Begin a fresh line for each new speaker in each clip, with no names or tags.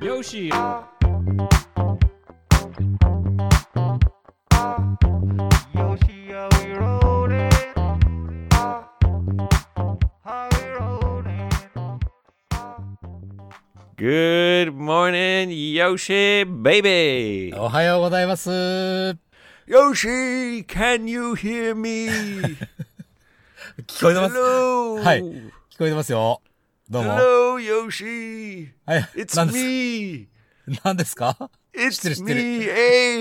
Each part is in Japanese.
Yoshi.
Yoshi, are we rolling? Are we rolling?
Good morning, Yoshi, baby.
おはようございます。
Yoshi, can you hear me?
聞こえてます。
Hello.
はい。聞こえてますよ。どうも。
Hello, Yoshi.
はい。
It's
何です
me.
何ですか
It's
知ってる、知ってる。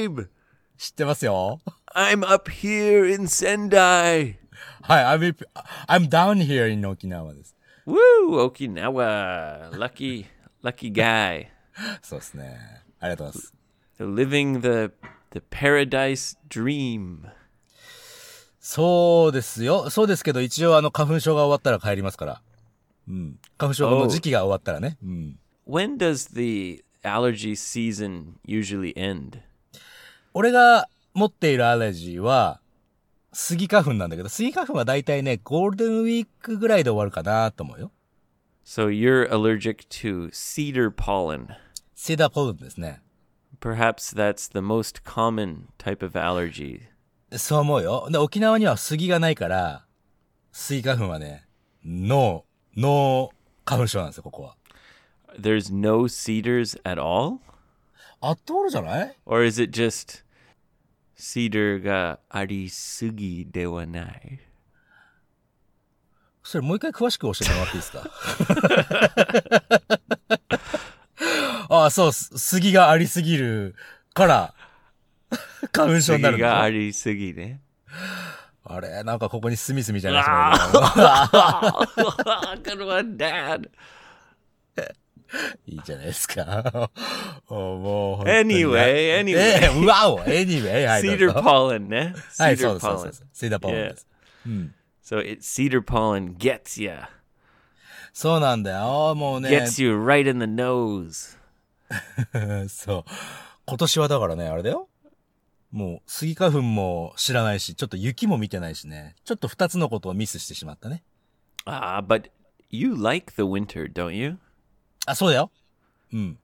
me, Abe.
知ってますよ。
I'm up here in Sendai.
はい。I'm, I'm down here in 沖縄です。
Woo, Okinawa. Lucky, lucky guy.
そうですね。ありがとうございます。
They're living the the paradise dream.
そうですよ。そうですけど、一応あの、花粉症が終わったら帰りますから。うん。花粉症の時期が終わったらね。うん。
When does the allergy season usually end?
俺が持っているアレルギーは、スギ花粉なんだけど、スギ花粉は大体ね、ゴールデンウィークぐらいで終わるかなと思うよ。
So you're allergic to cedar pollen.
セダポルンですね。
Perhaps that's the most common type of allergy.
そう思うよ。で、沖縄には杉がないから、スギ花粉はね、ノー、ノー花粉症なんですよ、ここは。
There's no cedars at all?
あっとおるじゃない
Or is it just cedar ga arisugi dewanai?
それもう一回詳しく教えてもらっていいですか ああ、そうっす、杉がありすぎるから、花粉症にな
Sugi
るんだ
ga
よ。
arisugi ne?
あれ、なんかここにスミスみたいな人 が
Oh,
いる
Good one, Dad.
いいじゃないですか。 おもう本当に
Anyway,
え
anyway.
え、わお !Anyway, はい、どうぞ
Cedar pollen, ne?
はい
Cedar
そうですそう
pollen.
です。セイダーポーンです。
So it cedar pollen gets you,
そうなんだよ。もうね。
gets you right in the nose.
そう。今年はだからね、あれだよ。もう、スギ花粉も知らないし、ちょっと雪も見てないしね。ちょっと二つのことをミスしてしまったね。
Ah, but you like the winter, don't you?
あ、そうだよ。うん。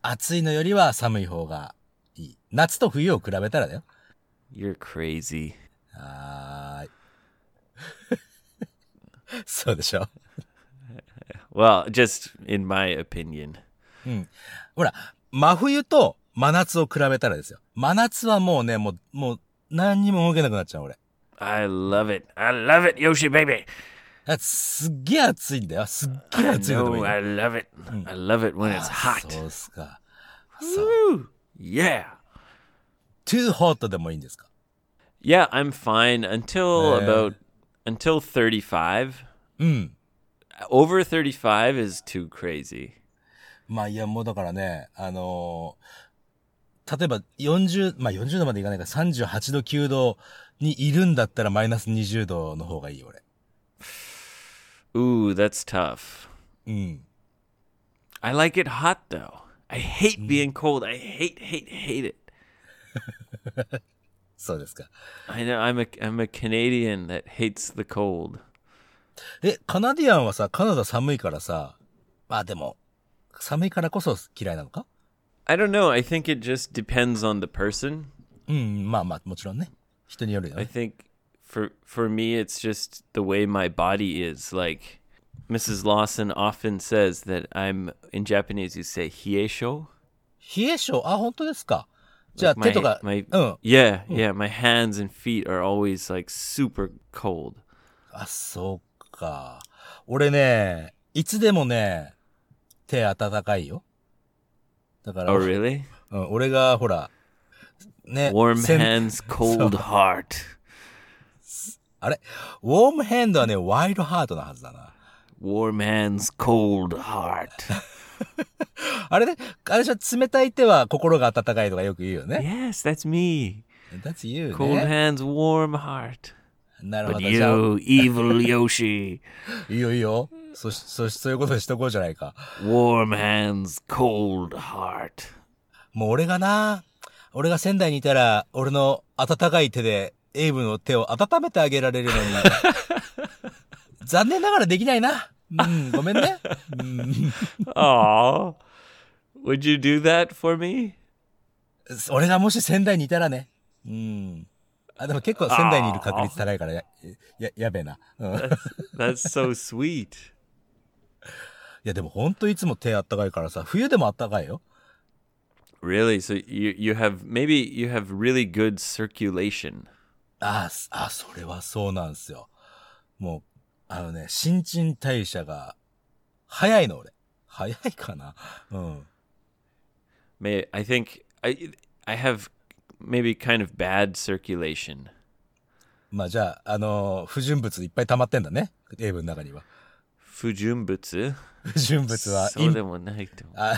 暑いのよりは寒い方がいい。夏と冬を比べたらだよ。
You're crazy.
はーい。 そうでしょ。
Well, just in my opinion.
ほら、真冬と真夏を比べたらですよ。真夏はもうね、もう、もう、何にも動けなくなっちゃう、俺。
I love it. I love it, Yoshi baby.
だってすっげえ暑いんだよ。すっげえ
I
暑いのでもいい
know
の
I love it. I love it when it's
そう
hot.
っすか。
Woo! Yeah.
too hot でもいいんですか
Yeah, I'm fine until
Yeah.
about until 35.
うん。
Over 35 is too crazy.
まあいや、もうだからね、あのー例えば40、まあ40度までいかないから38度、9度にいるんだったらマイナス20度の方がいい、俺。
Ooh, that's tough.
うん。
I like it hot though. I hate being cold. I hate, hate, hate it.
そうですか。
I know I'm a I'm a Canadian that hates the cold.
え、カナディアンはさ、カナダ寒いからさ、まあでも、寒いからこそ嫌いなのか
I don't know. I think it just depends on the person.
うん、まあまあ、もちろんね。人によるよ
I
ね。
think for for me it's just the way my body is. Like Mrs. Lawson often says that I'm in Japanese you say hiesho.
冷え性あ、本当ですか。じゃあ、手
My,
とか、
my
うん。
yeah, yeah, my hands and feet are always like super cold.
あ、そうか。俺ね、いつでもね、手温かいよ。だから、
Oh really?
うん、俺がほら、ね、
Warm
せん
hands, cold heart.
あれウォームヘンドはね、ワイルドハートなはずだな。
Warm hands, cold heart.
あれね、あれじゃ冷たい手は心が温かいとかよく言うよ ね。
yes, that's me.
That's you
Cold
ね。
hands, warm heart.
なるほ
But
ど。じゃあ、
you, evil Yoshi,
いいよいいよ。そし、そし、そういうことにしとこうじゃないか。
warm hands, cold heart.
もう俺がな、俺が仙台にいたら、俺の温かい手で、エイブの手を温めてあげられるのに、残念ながらできないな。うん、ごめんね。うん、
Aw. Would you do that for me?
俺がもし仙台にいたらね。うん。あ、でも結構仙台にいる確率高いからや、や、やべえな。うん。い
That's so sweet.
や、でもほんといつも手あったかいからさ、冬でもあったかいよ。
Really? So you you have maybe you have really good circulation.
ああ、すあ、それはそうなんですよ。もう、あのね、新陳代謝が、早いの俺。早いかな。うん。
May I think I I have maybe kind of bad circulation.
まあじゃあ、あのー不純物いっぱい溜まってんだね。英文の中には。
不純物
不純物は、イ
そ
ン
うでもないと思う。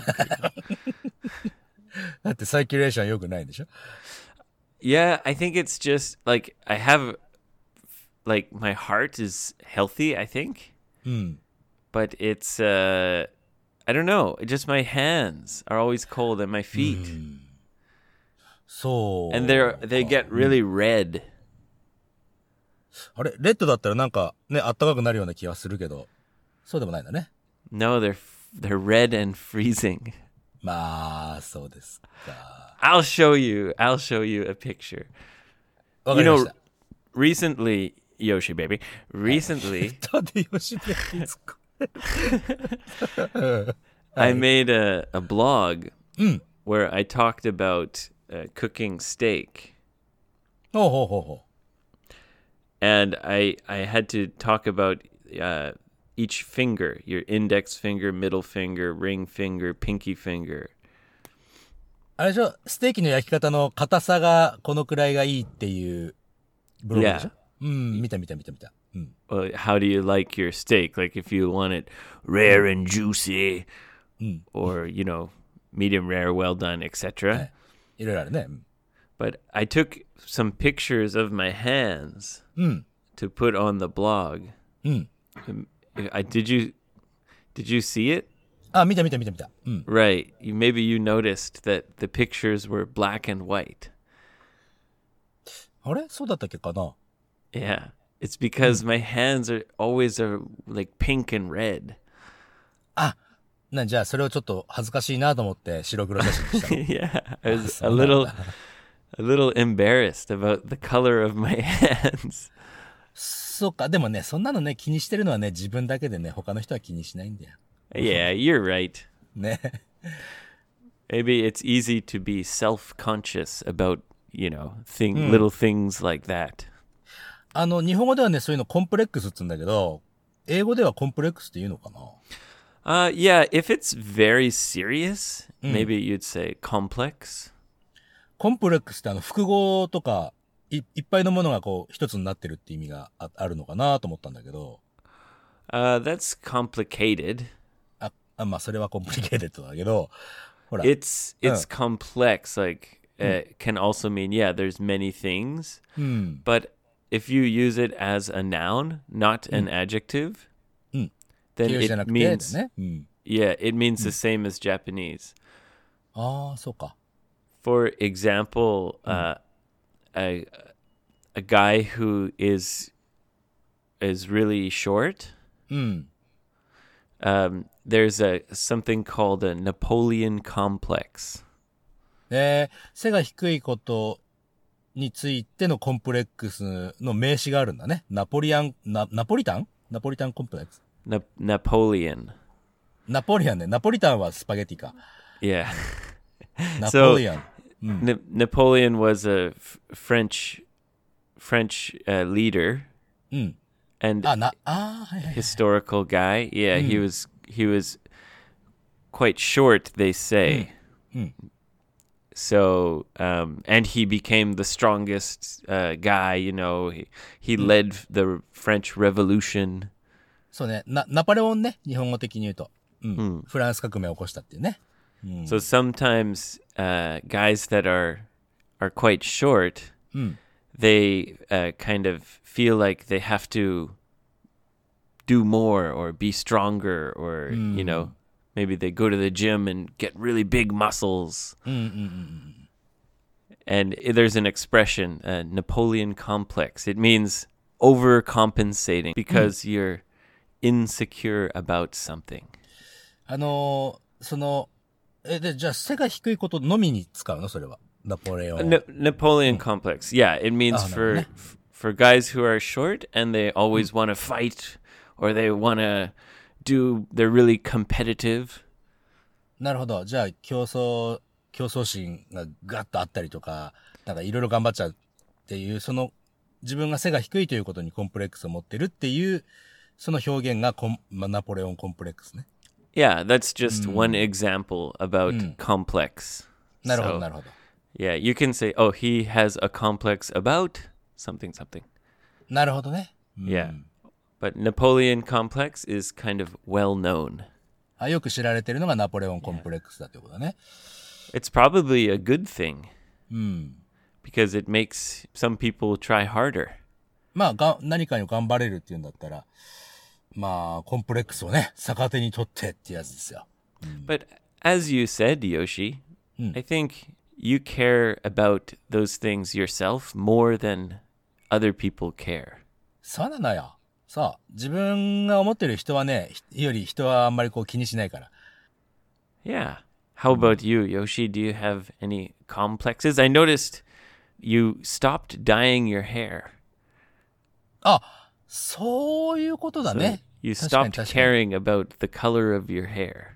だってサーキュレーション良くないんでしょ
Yeah, I think it's just like I have like my heart is healthy, I think. But it's uh I don't know, it just my hands are always cold and my feet
そう。
and they're
Oh.
they get really red.
あれレッドだったらなんかね、あったかくなるような気がするけど、そうでもないんだね。
No, they're f- they're red and freezing.
まあ、そうですか。
I'll show you. I'll show you a picture.
わか
You
りま
know,
した。
recently, Yoshi baby, recently
なんで吉田に突っ込む
I made a, a blog where I talked about uh, cooking steak,
ほうほうほうほう。
and I I had to talk about uh, each finger: your index finger, middle finger, ring finger, pinky finger.
あれでしょステーキの焼き方の硬さがこのくらいがいいっていうブログでし
Yeah.
ょ、うん、見た見た見た見た。うん。
Well, how do you like your steak? Like if you want it rare and juicy, or you know, medium rare, well done, etc.
いろいろあるね。うん
But I took some pictures of my hands to put on the blog. Um, I did you did you see it?
あ、見た見た見た見た。うん。
Right. You, maybe you noticed that the pictures were black and white.
あれそうだったっけかな
Yeah. It's because my hands are always are like pink and red.
なんじゃあ、それをちょっと恥ずかしいなと思って白黒写真にした
yeah.
の。
I was a little a little embarrassed about the color of my hands.
そうか、でもね、そんなのね、気にしてるのはね、自分だけでね、他の人は気にしないんだよ。
yeah, you're right.
ね。
Maybe it's easy to be self-conscious about, you know, thing little things like that.
あの、日本語ではね、そういうのコンプレックスって言うんだけど、英語ではコンプレックスって言うのかな
Uh, yeah, if it's very serious, maybe you'd say complex.
コンプレックスってあの、複合とか、いいっぱいのものがこう、一つになってるって意味がああるのかなと思ったんだけど、
Uh, that's complicated.
あ、あまあ、それはコンプリケーテッドだけど、ほら、
It's it's complex. Like uh, can also mean yeah. There's many things,
うん、
but if you use it as a noun, not an adjective, then
形容詞じゃな
it
くて、だ
means
ね。うん。
yeah, it means the same as Japanese.
ああ、そうか。
For example, uh, a a guy who is is really short.
うん。
um, there's a something called a Napoleon complex.
えー、背が低いことについてのコンプレックスの名詞があるんだね。ナポリアン、ナ、ナポリタンナポリタンコンプレックス。
Na- Napoleon.
ナポリアンね。ナポリタンはスパゲティか。
Yeah.
ナポリアン。
Na- Napoleon was a f- French French uh, leader
Mm.
and
あ、な、あーはいはい。
historical guy. Yeah, he was he was quite short, they say. So, um, and he became the strongest uh, guy. You know, he, he led the French Revolution.
そうね。な、ナポレオンね。日本語的に言うと。うん。フランス革命を起こしたっていうね。
So sometimes uh, guys that are are quite short, they uh, kind of feel like they have to do more or be stronger, or you know, maybe they go to the gym and get really big muscles. And i- there's an expression, uh, Napoleon complex. It means overcompensating because you're insecure about something.
あのーその、え、で、じゃあ背が低いことのみに使うのそれは。ナポレオ
A
ン。
Uh, Na- Napoleon complex. Yeah, it means
Hmm. Oh, no,
for
no.
f- for guys who are short and they always want
Hmm.
to fight or they want to do they're really competitive.
なるほど。じゃあ、競争、競争心がガッとあったりとか、なんかいろいろ頑張っちゃうっていう、その、自分が背が低いということにコンプレックスを持ってるっていう、その表現がコン、まあ、ナポレオンコンプレックスね。
Yeah, that's just one
Hmm.
example about complex.
なるほど、
So,
なるほど。
yeah, you can say, "Oh, he has a complex about something something."
なるほどね。
Yeah. But Napoleon complex is kind of well known.
あよく知られてるのがナポレオンコンプレックスだということだね。
It's probably a good thing
うん。
because it makes some people try harder.
まあが、何かに頑張れるっていうんだったら、まあ、コンプレックスをね、逆手に取ってってやつですよ。
But as you said, Yoshi, I think you care about those things yourself more than other people care.
そうなのよ。そう。自分が思ってる人はね、ひより人はあんまりこう気にしないから。
Yeah. How about you, Yoshi? Do you have any complexes? I noticed you stopped dyeing your hair.
あ、そういうことだ
So
ね。
Uh, You
確かに
stopped
確かに
caring about the color of your hair.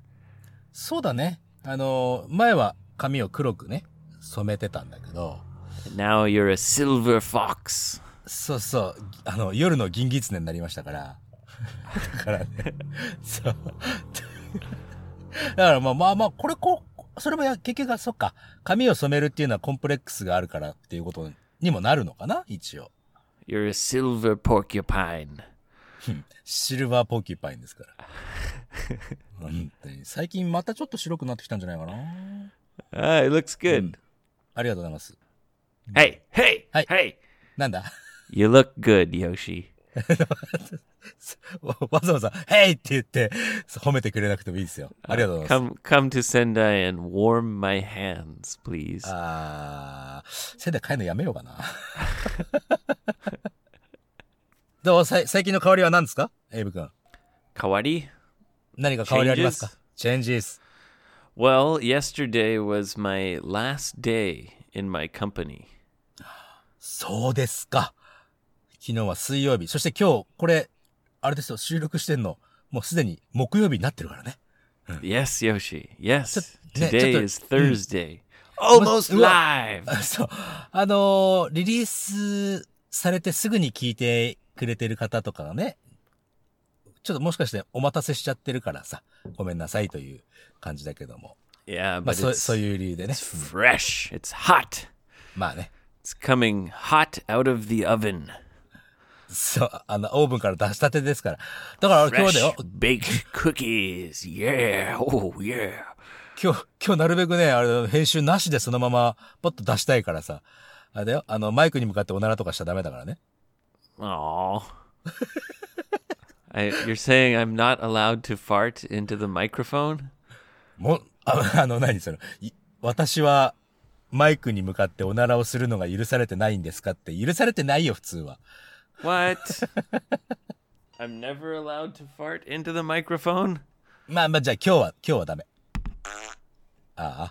そうだね。あの、前は髪を黒くね、染めてたんだけど、
Now you're a silver fox.
そうそう、あの、夜の銀狐になりましたから。だからね。そう。だからまあまあまあ、これこ、それもや結局はそっか、髪を染めるっていうのはコンプレックスがあるからっていうことにもなるのかな一応。
You're a silver porcupine.
シルバーポキュパインですから。本当に。最近またちょっと白くなってきたんじゃないかな。
Ah, it looks good.
ありがとうございます。
Hey, hey,
Hey.
hey.
なんだ
You look good, Yoshi.
わわざわざ、ヘイって言って、褒めてくれなくてもいいですよ。ありがとうございます。
Come come to Sendai and warm my hands, please.
Uh, あー、せいで帰るのやめようかな。どうさい最近の香りは何ですかエイブ君。
Kawari?
何か香りありますかチェンジーズ。
Well, yesterday was my last day in my company.
そうですか。昨日は水曜日。そして今日、これ、あれですよ、収録してんの。もうすでに木曜日になってるからね。
Yes, Yoshi. Yes.
Ch- ne-
Today
chotto-
is Thursday. Almost
Must- Uh,
live.
あ そう。あのーリリースされてすぐに聞いてくれてる方とかがね、ちょっともしかしてお待たせしちゃってるからさ、ごめんなさいという感じだけども。
Yeah,
まあ、
but
そう
it's,
そういう理由でね
it's。fresh. It's hot.
まあね。
It's coming hot out of the oven.
そう、あの、オーブンから出したてですから。だから
Fresh
今日だよ、
baked cookies. Yeah. Oh, yeah.
今日、今日なるべくね、あれ、編集なしでそのまま、ポッと出したいからさ。あれだよ、あの、マイクに向かっておならとかしちゃダメだからね。
Aw. I, you're saying I'm not allowed to fart into the microphone?
もう、ああの、何それ。い私は、マイクに向かっておならをするのが許されてないんですかって、許されてないよ、普通は。
What? I'm never allowed to fart into the microphone?
まあまあ、じゃあ今日は、今日はダメ。ああ。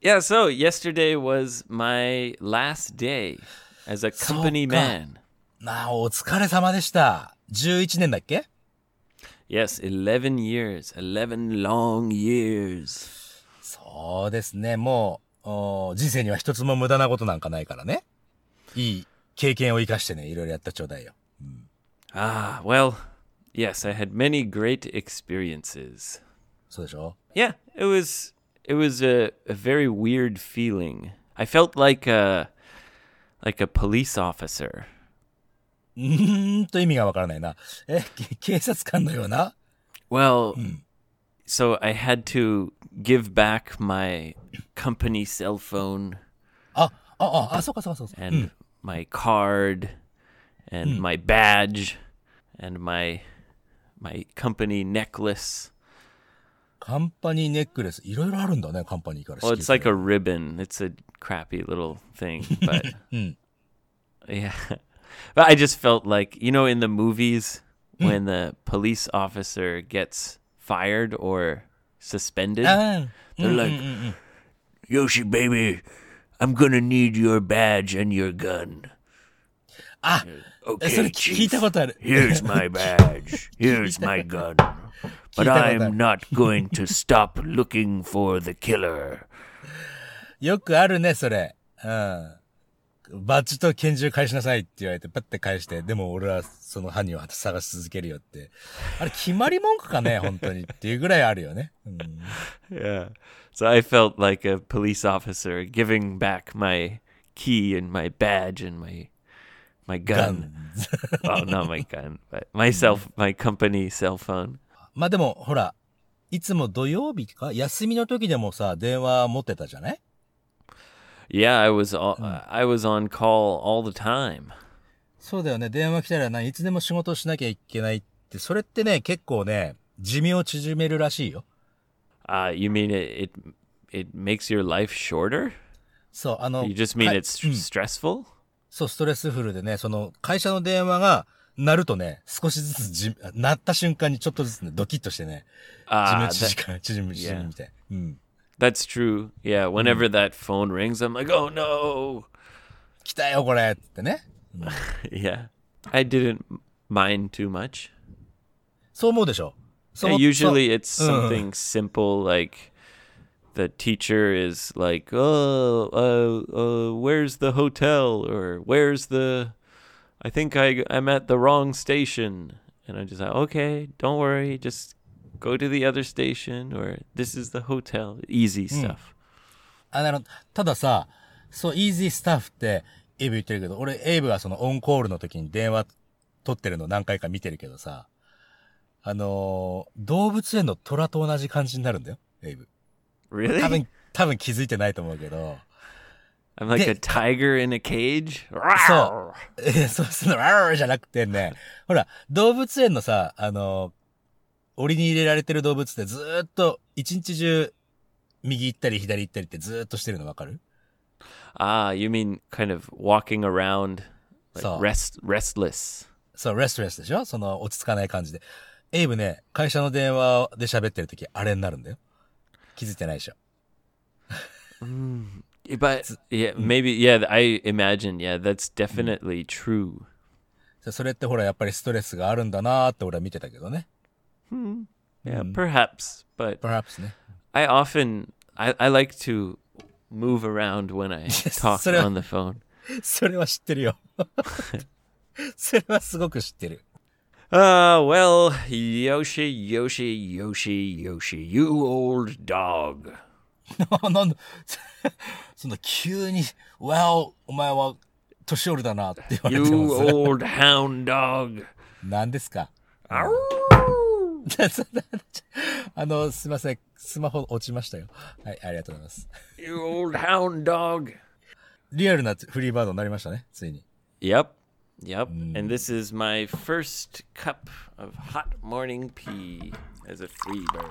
Yeah, so yesterday was my last day as a company
Soka.
man.
なあ、お疲れ様でした。11年だっけ
Yes, 11 years. 11 long years.
そうですね、もう、お人生には一つも無駄なことなんかないからね。いい経験を生かしてね、いろいろやったちょうだいよ。
Ah, well, yes, I had many great experiences.
そうでしょ
Yeah, it was it was a, a very weird feeling. I felt like a like a police officer.
うーんと意味がわからないな。え、け警察官のような
Well, so I had to give back my company cell phone
あ、あ、あ、あ、そうかそうかそうか。
and my card and my badge and my my company necklace.
カンパニーネックレス。いろいろあるんだね、カンパニーから支給
Well, it's
する
like a ribbon. It's a crappy little thing, but yeah. But I just felt like, you know, in the movies, when the police officer gets fired or suspended,
うん。
they're like, Yoshi, baby, I'm going to need your badge and your gun.
あ、え
Okay,
それ聞い
chief,
たことある。
here's my badge. Here's my gun. But I'm not going to stop looking for the killer.
よくあるね、それ。うん。バッジと拳銃返しなさいって言われて、パッて返して、でも俺はその犯人を探し続けるよって。あれ、決まり文句か ね、本当に。っていうぐらいあるよね。うん、
Yeah. So I felt like a police officer giving back my key and my badge and my my
ガ
gun.
ン。
well, not my gun, but myself, my company cell phone.
まあでも、ほら、いつも土曜日か休みの時でもさ、電話持ってたじゃない
Yeah, I was all, I was on call all the time.
そうだよね。電話来たら何いつでも仕事をしなきゃいけないって、それってね、結構ね、寿命を縮めるらしいよ。
Uh, you mean it, it it makes your life shorter?
そう、あの、
You just mean
か
it's str- stressful?
そう、ストレスフルでね、その、会社の電話が、鳴るとね、少しずつじ、鳴った瞬間にちょっとずつね、ドキッとしてね、自
Ah,
分縮
that,
む、縮む、縮むみたい。うん。
that's true. Yeah, whenever that phone rings, I'm like, oh no.
来たよ、これってね。
Yeah, I didn't mind too much.
そう思うでしょ。そう、
Yeah,
そ
usually
う
it's something simple like the teacher is like, "Oh, uh, uh, where's the hotel?" or "Where's the?" I think I I'm at the wrong station, and I just like, "Okay, don't worry, just go to the other station," or "This is the hotel." Easy stuff.
あ、なるほど。たださ、そう、イージースタッフって、エイブ言ってるけど、俺、エイブがそのオンコールの時に電話取ってるの何回か見てるけどさ、あのー動物園の虎と同じ感じになるんだよ、エイブ。多
Really?
分、多分気づいてないと思うけど、
I'm like
Yeah.
a tiger in a cage.
そう。 え、そう、その、あーじゃなくて ね、ほら、動物園のさ、あの、檻に入れられてる動物ってずーっと、一日中、右行ったり左行ったりってずーっとしてるのわかる
Ah, you mean kind of walking around, like
So-
rest restless.
そう、レストレスでしょその、落ち着かない感じで。エイブね、会社の電話で喋ってる時、あれになるんだよ。気づいてないでしょ。
Yeah, But yeah, maybe yeah. I imagine yeah, that's definitely true.
そそれってほら、やっぱりストレスがあるんだなーって俺は見てたけどね。
Yeah, perhaps. But
perhaps ね。
I often I, I like to move around when I talk
So-
on the phone.
それは知ってる よ。それはすごく知ってる。
Ah, well, Yoshi, Yoshi, Yoshi, Yoshi, you old dog.
あ なんだ、その急に、わお、お前は年寄りだなって言われて
You
も
old hound dog.
何ですか
Ow.
そんなあの、すいません。スマホ落ちましたよ。はい、ありがとうございます。
You old hound dog.
リアルなフリーバードになりましたね、ついに。
Yep. Yep. And this is my first cup of hot morning pea as a free bird.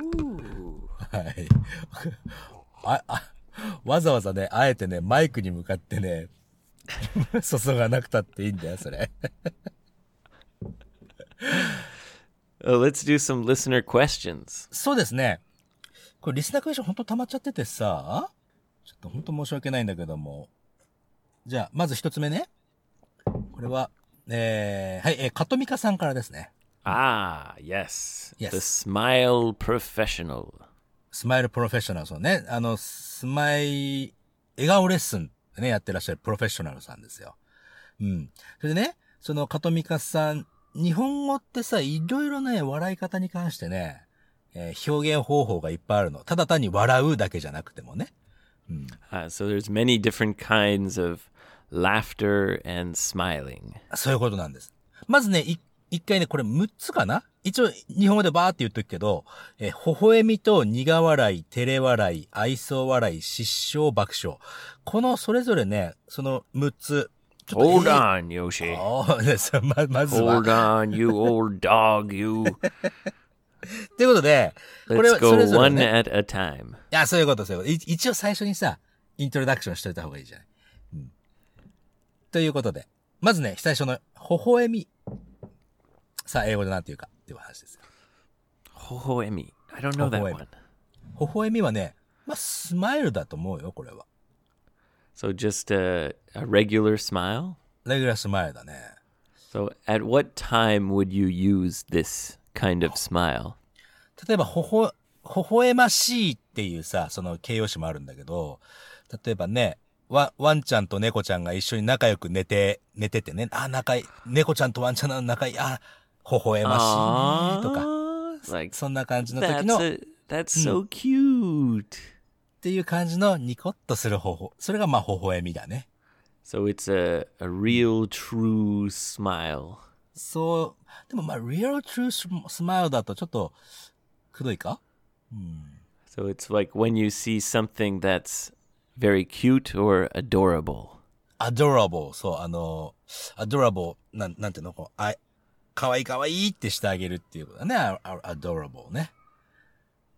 Ooh.
はい。 あ、あ、わざわざね、あえてね、マイクに向かってね、 注がなくたっていいんだよ、それ。
Uh, let's do some listener questions.
そうですね。これリスナークエスチョンほんと溜まっちゃっててさ、ちょっとほんと申し訳ないんだけども。じゃあ、まず一つ目ね。これは、えー、はい、えー、カトミカさんからですね。
Ah, yes. The
Yes.
smile professional.
スマイルプロフェッショナルさんね。あの、スマイ、笑顔レッスンでね、やってらっしゃるプロフェッショナルさんですよ。うん。それでね、そのカトミカさん、日本語ってさ、いろいろね、笑い方に関してね、えー表現方法がいっぱいあるの。ただ単に笑うだけじゃなくてもね。
Uh, so there's many different kinds of laughter and smiling.
そういうことなんです。まずね、い一回ね、これ6つかな一応、日本語でバーって言っとくけど、えー微笑みと苦笑い、照れ笑い、愛想笑い、失笑、爆笑。このそれぞれね、その6つ。ちょっ
Hold
と
on, Yoshi.
おーねそうま、まずは。
Hold on, you old dog, you.
ということで、これ
Let's
はそれ
go
ぞれ、
one
ね。
at a time.
いや、そういうこと、そういうこと。い一応最初にさ、イントロダクションしといた方がいいじゃない。うんということで。まずね、最初の、微笑み。さあ、英語でなんていうか、っていう話ですよ。
Hohoemi. I don't know that one.
Hohoemi. 微笑みはね、まあ、スマイルだと思うよ、これは。
So just a, a regular smile?
レギュラースマイルだね。
So at what time would you use this kind of smile?
例えば、ほほ、微笑ましいっていうさ、その形容詞もあるんだけど、例えばね、わ、ワンちゃんと猫ちゃんが一緒に仲良く寝て、寝ててね、あ、仲いい、猫ちゃんとワンちゃんの仲いい、あ、微笑ましいね、とか、
Aww, like
そんな感じの時
that's
の、っ
a, that's so cute.
ていう感じのニコッとする方法。それがまあ、微笑みだね。
So it's a, a real true smile.
そう、でもまあ、real true smile だとちょっと、くどいか
So it's like when you see something that's very cute or adorable.
adorable, そう、あの、adorable, なん、なんていうの、こう、あ、かわいいかわいいってしてあげるっていうことだね。ああ adorable ね。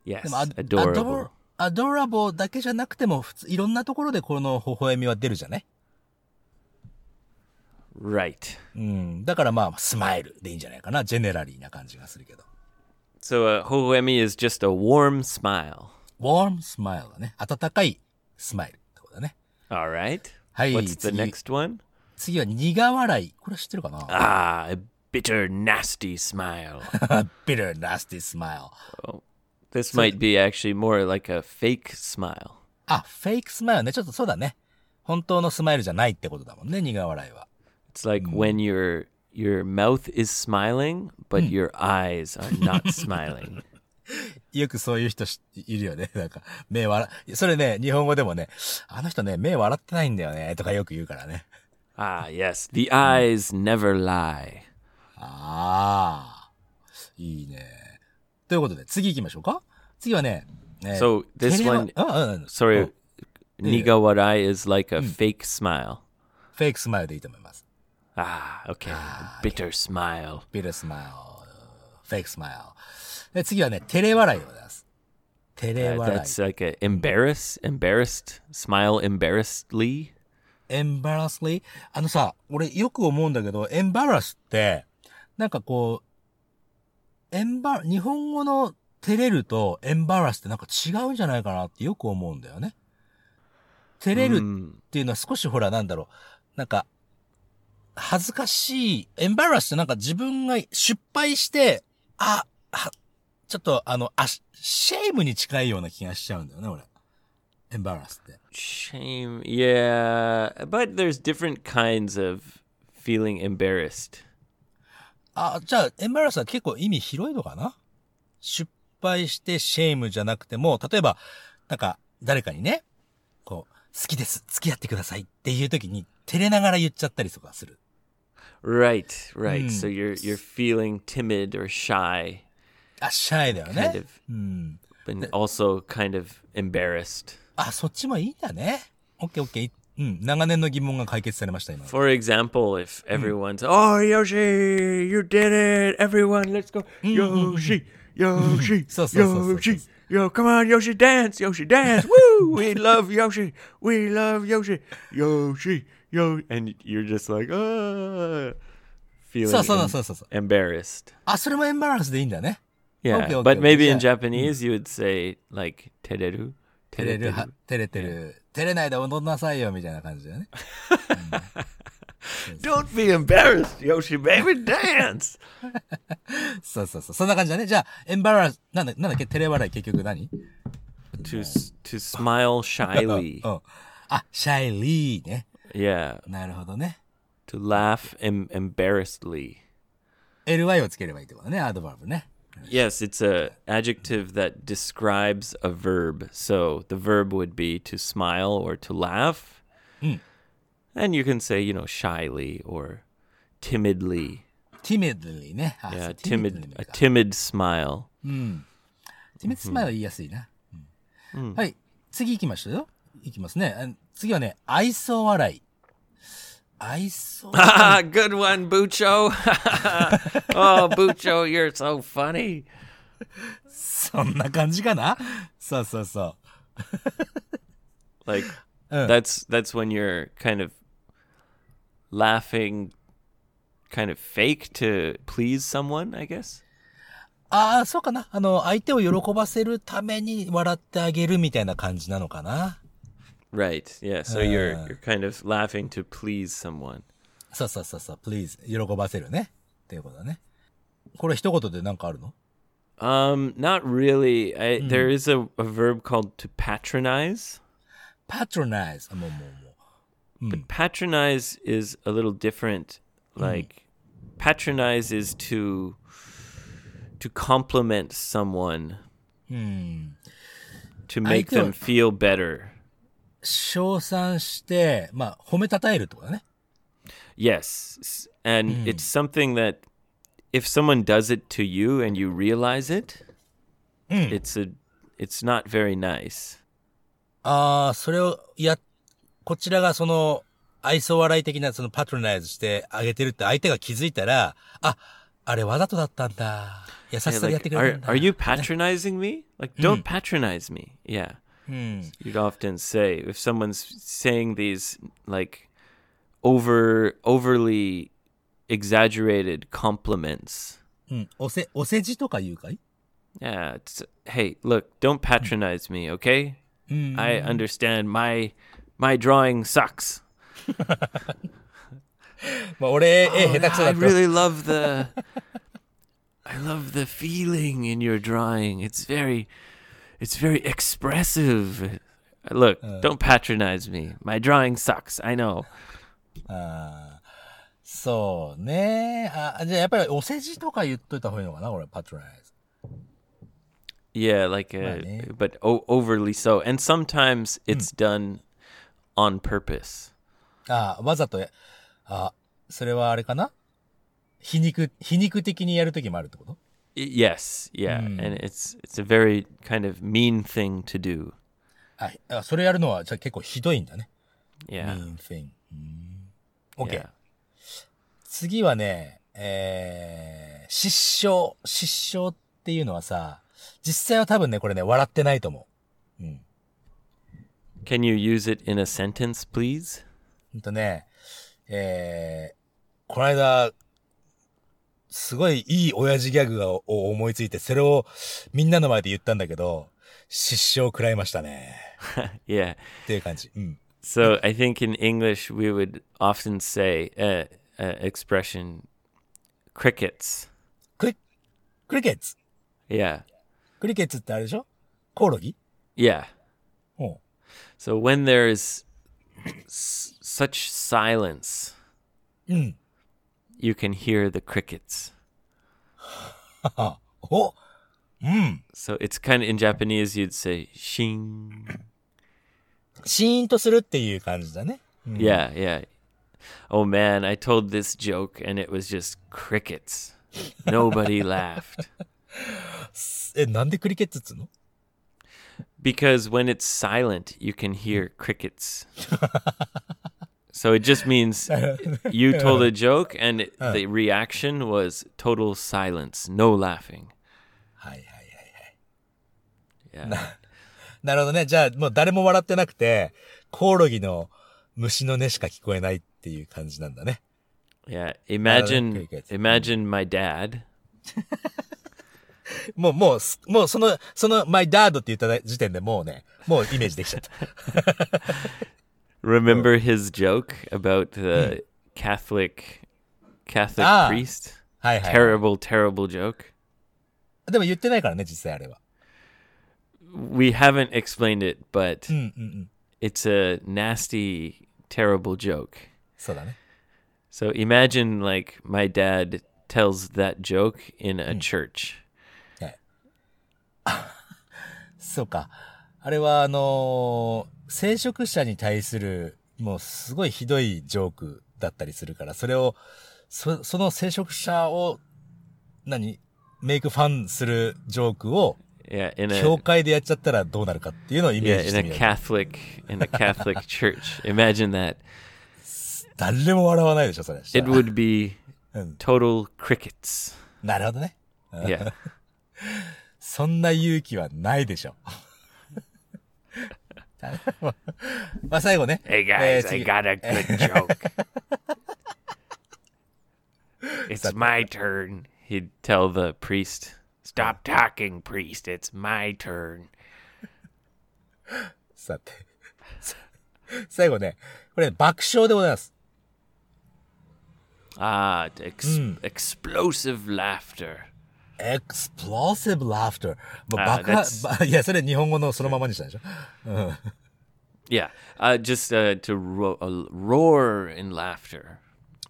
Yes,
でも、あ
adorable.
ador- adorable だけじゃなくても、普通、いろんなところでこの微笑みは出るじゃない
Right.
うん。だからまあ、スマイルでいいんじゃないかな。ジェネラリーな感じがするけど。
So a hoemi is just a warm smile.
warm smile だね。温かいスマイルってことだね。
All right.
はい、
What's the
次。
next one?
次は苦笑い。これは知ってるかな
Ah, a bitter, nasty smile.
bitter nasty smile.
this might be actually more like a fake smile.
あ、フェイクスマイルね。ちょっとそうだね。本当のスマイルじゃないってことだもんね、苦笑いは。
It's like when your your mouth is smiling, but your eyes are not smiling.
よくそういう人しいるよね。 なんか、目笑、それね、日本語でもね、あの人ね、目笑ってないんだよね、とかよく言うからね。
Ah, yes, the eyes never lie.
ああ、いいね。ということで、次行きましょうか。次はね、えー
So
テ
this
レワ
one,
うんうんうん
sorry,
フ
nigawarai is like a fake smile.
ェイクスマイルでいいと思います。
Ah, okay, a bitter smile.
ビルスマイル、フェイクスマイル。で、次はね、照れ笑いでございます。照れ
Uh,
笑い。
that's like a embarrass, embarrassed smile, embarrassedly.
embarrassly? あのさ、俺よく思うんだけど、embarrass って、なんかこう、embar、日本語の照れると embarrass ってなんか違うんじゃないかなってよく思うんだよね。照れる
Hmm.
っていうのは少しほらなんだろう。なんか、恥ずかしい。embarrass ってなんか自分が失敗して、あ、はちょっとあの、あ、シェイムに近いような気がしちゃうんだよね、俺。embarrass って。
Shame. Yeah, but there's different kinds of feeling embarrassed.
あ、じゃあ、エンバラスは結構意味広いのかな失敗してシェイムじゃなくても、例えば、なんか、誰かにね、こう、好きです、付き合ってくださいっていう時に、照れながら言っちゃったりとかする。
Right,
Hmm.
right. So you're you're feeling timid or shy,
あ、シャイだよ
kind
ね。
of,
うん。
and also kind of embarrassed.
あ、そっちもいいんだね。オッケーオッケー。うん。長年の疑問が解決されました、今。
For example, if
Hmm.
everyone's, "Oh, Yoshi, you did it! Everyone, let's go, Yoshi, Yoshi,
Hmm, So, so, so, so,
Yoshi,
so.
yo, come on, Yoshi, dance, Yoshi, dance! Woo! We love Yoshi, we love Yoshi, Yoshi, yo!" And you're just like, "Ah," feeling
So, so,
em-
so, so, so.
embarrassed.
あ、それもエンバラスでいいんだね。
Yeah,
Okay, okay,
but
okay,
maybe in
yeah. Mm-hmm.
Japanese you would say like "tereru,"
照れる、
tereru.
は照れてる。照れないで踊んなさいよ、みたいな感じだよね。
Don't be embarrassed, Yoshi, baby, dance.
そうそうそう。そんな感じだね。じゃあ、エンバラス、なんだ、なんだっけ、照れ笑い結局何
to s- to smile shyly.
うん。あ、シャイリーね。
Yeah,
なるほどね。
to laugh em- embarrassedly.
ly をつければいいってことね、アドバーブね。
Yes, it's a adjective that describes a verb. So the verb would be to smile or to laugh.
Hmm.
And you can say, you know, shyly or timidly.
timidly ね。あ
Yeah,
そう
timid
も
a
いいか
timid smile.
timid smile は言いやすいな。うんはい。次行きましょうよ。行きますね。あ次はね、愛想笑い。愛想 笑
Ah,
い。
good one, Bucho. oh, Bucho, you're so funny.
そんな感じかなそうそうそ
Uh.
う。
Like that's that's when you're kind of laughing kind of fake to please someone, I guess.
ああ、そうかな。あの、相手を喜ばせるために笑ってあげるみたいな感じなのかな。
Right. Yeah. So you're
Ah.
you're kind of laughing to please someone.
そうそうそうそう、please, 喜ばせるね。っていうことだね。これ一言でなんかあるの
Um, not really. I, There is a, a verb called to patronize.
patronize. あもうもうもう。
But patronize is a little different. Like patronize is to to compliment someone to make
feel-
them feel better.
称賛して、まあ、褒めたたえるってことだね。
Yes, S- and it's something that if someone does it to you and you realize it, it's a it's not very nice.
ああ、それを、や、こちらがその、愛想笑い的な、その、パトロナイズしてあげてるって相手が気づいたら、あ、あれわざとだったんだ。優し
Yeah,
さでやって
like, are
くれたんだ。
are you patronizing me? Like, don't patronize me. Yeah.
うん。
you'd often say if someone's saying these like over overly exaggerated compliments
うん。おせ、お世辞とか言うかい
yeah it's, hey look don't patronize me okay i understand my my drawing sucks
まあ、俺、絵
Oh,
下手
yeah,
くそ
i
だと。
really love the i love the feeling in your drawing it's very it's very expressive look don't patronize me my drawing sucks i know
あーそうね。あ、じゃあやっぱりお世辞とか言っといた方がいいのかな俺、パトロナイズ。
Yeah, like, uh,
Right, eh?
but o- overly so. And sometimes it's done on purpose.
ああ、わざとや、あ、それはあれかな皮肉、皮肉的にやるときもあるってこと
Y- yes, yeah, and it's it's a very kind of mean thing to do.
ああ、それやるのは、じゃあ結構ひどいんだね。
Yeah,
mean thing. うん OK。
yeah.
次はね、えー、失笑。失笑っていうのはさ、実際は多分ね、これね、笑ってないと思う。うん。
Can you use it in a sentence, please?
ほんとね、えー、この間、すごいいい親父ギャグをを思いついて、それをみんなの前で言ったんだけど、失笑食らいましたね。
Yeah.
っていう感じ。うん。
So I think in English we would often say uh, uh, expression crickets.
クリ、クリケッツ。
Yeah,
クリケッツってあれでしょコオロギ
yeah.
うん。
So when there is s- such silence,
Mm.
you can hear the crickets.
あおうん。
So it's kind of in Japanese, you'd say shing.
シーンとするっていう感じだね。
Yeah, yeah. Oh man, I told this joke and it was just crickets. Nobody laughed.
え、なんでクリケッツっつうの
Because when it's silent, you can hear crickets. So it just means you told a joke and it, the reaction was total silence, no laughing.
はいはいはい。
Yeah.
なるほどね。じゃあ、もう誰も笑ってなくて、コオロギの虫の音しか聞こえないっていう感じなんだね。
Yeah. Imagine
crickets.
imagine my dad.
もう、もうす、もうその、その、マイダードって言った時点でもうね、もうイメージできちゃった。
Remember his joke about the Catholic Catholic
Ah.
priest?
はいはいはい。
Terrible, terrible joke.
でも言ってないからね、実際あれは。
We haven't explained it, but
うんうんうん。
it's a nasty, terrible joke.
そうだね。
So imagine like my dad tells that joke in a church.
はい。そうか。あれは、あのー聖職者に対する、もうすごいひどいジョークだったりするから、それを、そその聖職者を、何メイクファンするジョークを、
Yeah, in a
教会でやっちゃったらどうなるかっていうのをイメ
yeah,
ージし
in
て
a
みよう。
Catholic in a Catholic church. Imagine that.
誰も笑わないでしょ、それ。
It would be
Mm.
total crickets.
なるほどね。
Yeah.
そんな勇気はないでしょ。 まあ最後ね。
Hey
えー
guys, I
次
got a good joke. it's my turn. He'd tell the priest, "Stop talking, priest. It's my turn."
さて。さ最後ね、これ爆笑でございます。
Ah, ex- explosive laughter.
explosive laughter. もう
あ
爆発、ばいや、それ日本語のそのままにしたでしょ
Yeah, uh, just uh, to ro- uh, roar in laughter,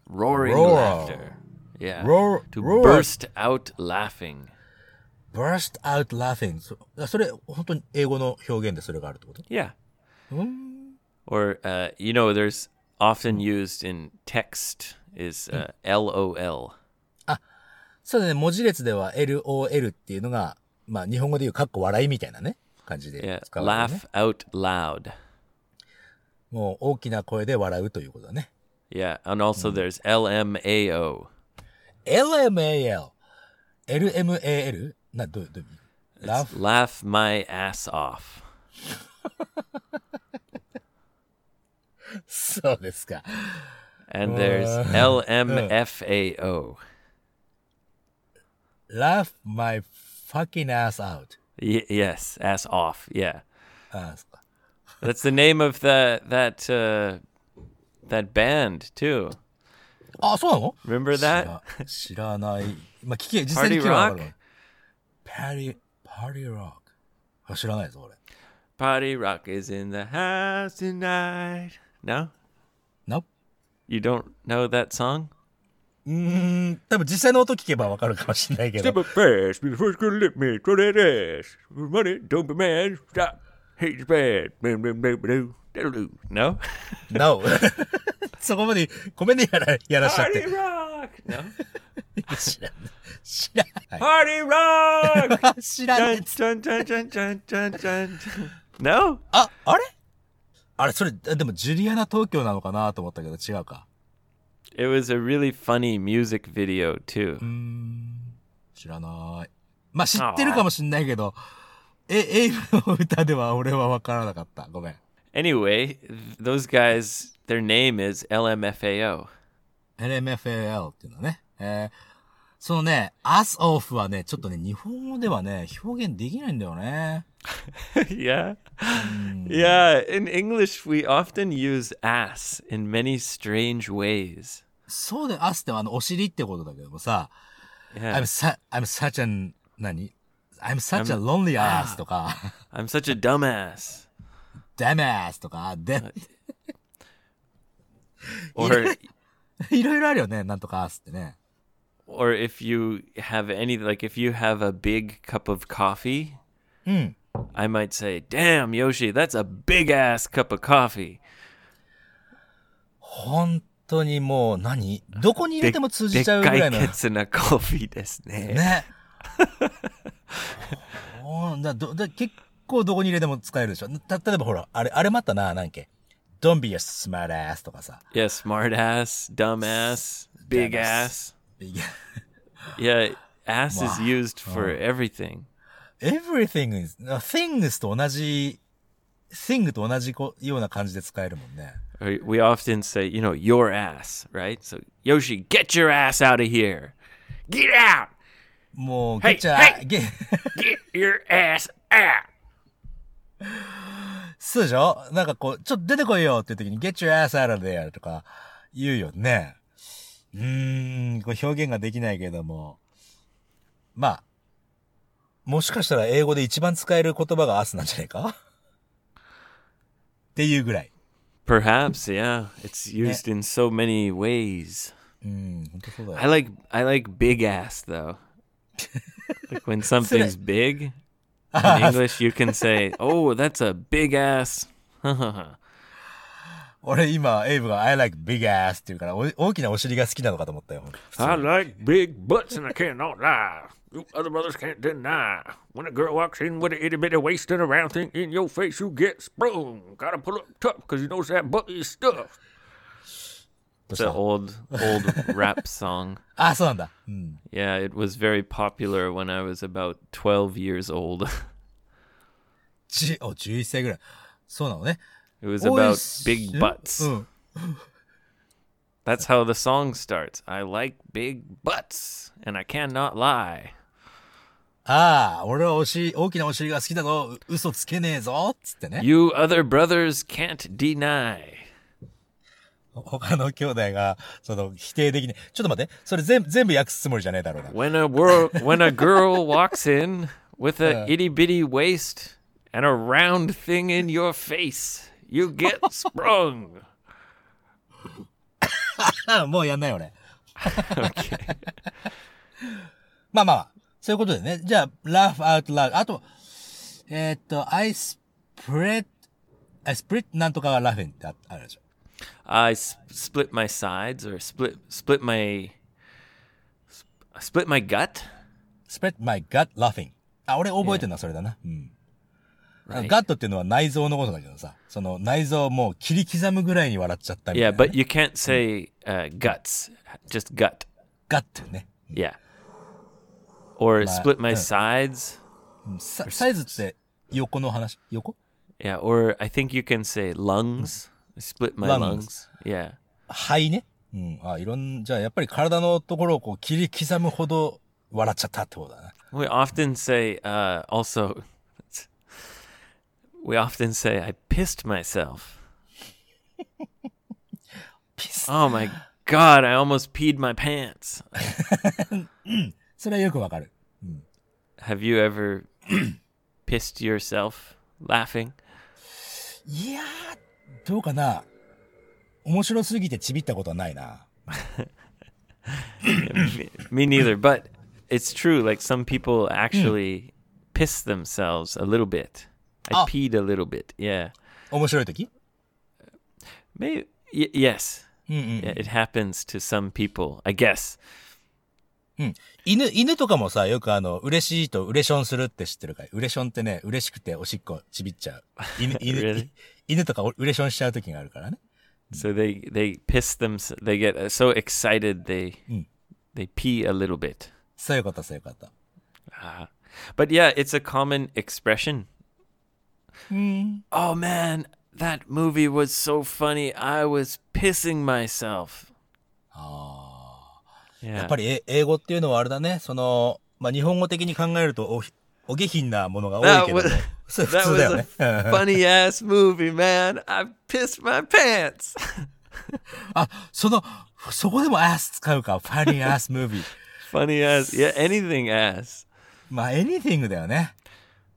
roaring
Roar.
laughter. Yeah,
Roar-
to
roar.
burst out laughing.
burst out laughing. そそれ、本当に英語の表現でそれがあるってこと
Yeah.
Hmm.
Or uh, you know, there's often used in text is uh,
Hmm.
LOL.
そうだね、文字列では LOL っていうのが、まあ日本語で言うかっこ笑いみたいなね、感じ
Yeah,
で使うわけね、
laugh out loud.
もう大きな声で笑うということだね。
Yeah, and also
Hmm.
there's LMAO.
LMAL。LMAL? な、どういう、どういう意味
It's
?laugh
laugh my ass off.
そうですか。
And there's
Uh,
LMFAO.
laugh my fucking ass out.
Y- yes, ass off. Yeah.
ああ、そうか。
That's the name of the that uh, that band too.
あ、そうなの
Remember
知
that?
ら知らない。まあ、聞け、実際に聞けばわかるわ。パリ、パリロック。あ、知らないぞ、俺。
Party rock is in the house tonight. No,
な、
you don't know that song.
うーん、多分実際の音聞けばわかるかもしれないけど。
up fast before it's gonna let me throw that ass. Money, don't be mad. Stop. Hate is bad. No.
No. そこまで、ごめんね、やら、やらしちゃっ
Party
て。
rock. No.
知らない。知らない。
Party rock.
あ 知らない
dun,。dun, dun, dun, dun, dun, dun. No.
あ、あれあれ、それ、でも、ジュリアナ東京なのかなと思ったけど、違うか。
It was a really funny music video too.
知らない。まあ、知ってるかもしんないけど、え、エイブの歌では俺はわからなかった。ごめん。
Anyway, th- those guys, their name is LMFAO.
LMFAL っていうのはね。えーそのね、ass off はね、ちょっとね、日本語ではね、表現できないんだよね。
yeah. Yeah. In English, we often use ass in many strange ways.
そうで、ass ってあの、お尻ってことだけどもさ、
Yeah.
I'm,
I'm,
su- I'm such an, 何 ?I'm such a lonely ass とか、
such a dumbass.
damn ass とか、で、
Or,
いろいろあるよね、なんとか ass ってね。
or if you have any, like if you have a big cup of coffee,
Hmm.
I might say, damn, Yoshi, that's a big ass cup of coffee.
本当にもう何、どこに入れても通じちゃうぐらい の。
でっ かいケツなコーヒーですね。
ね。ほんだどだ結構どこに入れても使えるでしょ。た例えばほら、あれ、あれもあったな、なんけ。Don't be a smart ass とかさ。
Yeah, smart ass, dumb ass, big ass.
Dumbass. Big-
Yeah, ass is used for everything.
Everything is, things と同じ、thing と同じこような感じで使えるもんね。
Or We often say, you know, your ass, right? So, Yoshi, get your ass out of here. Get out.
もう、
Hey,
ゲチャ、
hey.
ゲ、
Get your ass out.
そうでしょなんかこう、ちょっと出てこいよっていう時に、get your ass out of there とか言うよね。うーん、こう表現ができないけども。まあ、もしかしたら英語で一番使える言葉がアスなんじゃないかっていうぐらい。
Perhaps, yeah. It's used in so many ways.
うん、本当そうだ
I
よ。
like I like big ass though. like when something's big in English, you can say, "Oh, that's a big ass."
俺今、エイブが I like big ass って言うから、お大きなお尻が好きなのかと思ったよ。
I like big butts and I cannot lie. You other brothers can't deny. When a girl walks in with a itty bitty waist and a round thing in your face, you get sprung. Gotta pull up tough because you knows that butt is stuffed.
It's an old old rap song.
あ、そうなんだ。うん。
Yeah, it was very popular when I was about 12 years old.
じ、お、11歳ぐらい。そうなのね。
It was
おい
about
し
big butts.
うん。
That's how the song starts. I like big butts, and I cannot lie.
ああ、俺はお尻、大きなお尻が好きだぞ、う嘘つけねえぞ、つってね。
You other brothers can't deny.
他の兄弟が、その、否定的に、ちょっと待って、それ全部、全部訳すつもりじゃねえだろうな。
When a wor- when a girl walks in with a itty bitty waist and a round thing in your face, you get sprung.
あもうやんない俺。まあまあまあ、そういうことでね。じゃあ、laugh out loud。あと、えーっと、I spread, I split なんとかが laughing ってああるでしょ。
I s- split my sides or split split my sp- split my gut.
spread my gut laughing. あ、俺覚えてるのはそれだな。うん。
Right.
ガットっていうのは内臓のことだけどさ、その内臓をもう切り刻むぐらいに笑っちゃったみた
Yeah,
いなね、
but you can't say uh, guts. Just gut.
ガットね。
Yeah. Or split my
uh.
sides.
うんさサイズって横の話横
Yeah. Or I think you can say lungs. Split my lungs.
Lungs.
Yeah.
肺ね。うん。あ、いろん、じゃあやっぱり体のところをこう切り刻むほど笑っちゃったってことだな。
We often say uh, also. We often say I pissed myself.
ピス
Oh my god! I almost peed my pants.
それはよくわかる。
Have you ever pissed yourself laughing?
いやー、どうかな。面白すぎてちびったことはないな。
Me- Me neither. But it's true. Like some people actually piss themselves a little bit. I
Oh.
peed a little bit. Yeah.
面白い時
Maybe. Y- yes.
うんうん。
Yeah, it happens to some people. I guess.
犬、犬とかもさ、よくあの、嬉しいと嬉しょんするって知ってるかい嬉しょんってね、嬉しくておしっこちびっちゃう。 犬、犬、
Really?
犬とかお嬉しょんしちゃう時があるからね。
So they they piss them. They get uh, so excited they
Mm.
they pee a little bit.
そういうこと、そういうこと。
Ah. But yeah, it's a common expression. Oh man, that movie was so funny. I was pissing myself.
や
Yeah.
っぱりえ英語っていうのはあれだね、その、まあ、日本語的に考えるとおひ、お下品なものが多い
That
けども
was-
それ普
that
通
was
だよね
a。funny ass movie, man. I pissed my pants.
あ、その、そこでも ass 使うか、funny ass movie。
funny ass. Yeah, anything ass.
まあ、anything だよね。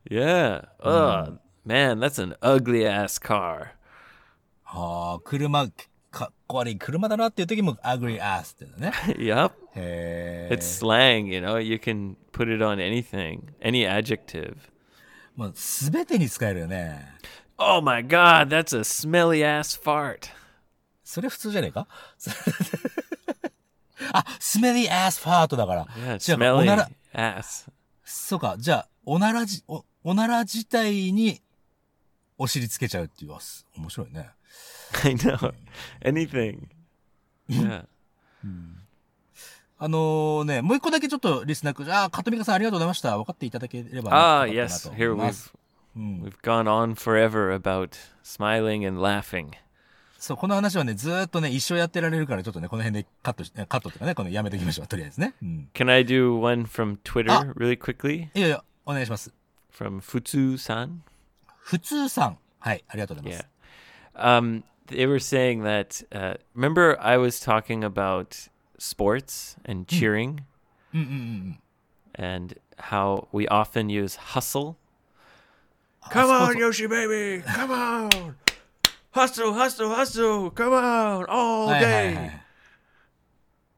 Yeah. Ugh. Man, that's an ugly ass car.
ああ、車、かっこ悪い車だなっていう時も ugly ass っていう のね。
yep.
へえ
It's。slang, you know. You can put it on anything, any adjective.
もうすべてに使えるよね。
Oh my god, that's a smelly ass fart.
それ普通じゃねえか あ、smelly ass fart だから。
Yeah,
違うかお
smelly
なら、
ass.
そうか、じゃあ、おならじ、お、おなら自体に、お尻つけちゃうっていう、あす面白いね。
I know. Anything. Yeah.
あのね、もう一個だけちょっとリスナーく、あー、かとみかさんありがとうございました。分かっていただければな。
Ah,
よかった
yes.
なと
Here
思います
we've we've gone on forever about smiling and laughing.
そう、この話はね、ずーっとね、一生やってられるから、ちょっとね、この辺でカットし、カットっていうかね、このやめていきましょう、とりあえずね。うん。
Can I do one from Twitter
Ah.
really quickly?
いやいや、お願いします。
From Futsu-san.
普通さん。はい、ありがとうございま
Yeah.
す。
Um, they were saying that. Uh, remember, I was talking about sports and cheering, and how we often use hustle. Come on, Yoshi baby! Come on! Hustle, hustle, hustle! Come on, all
はいはいは
day.
い。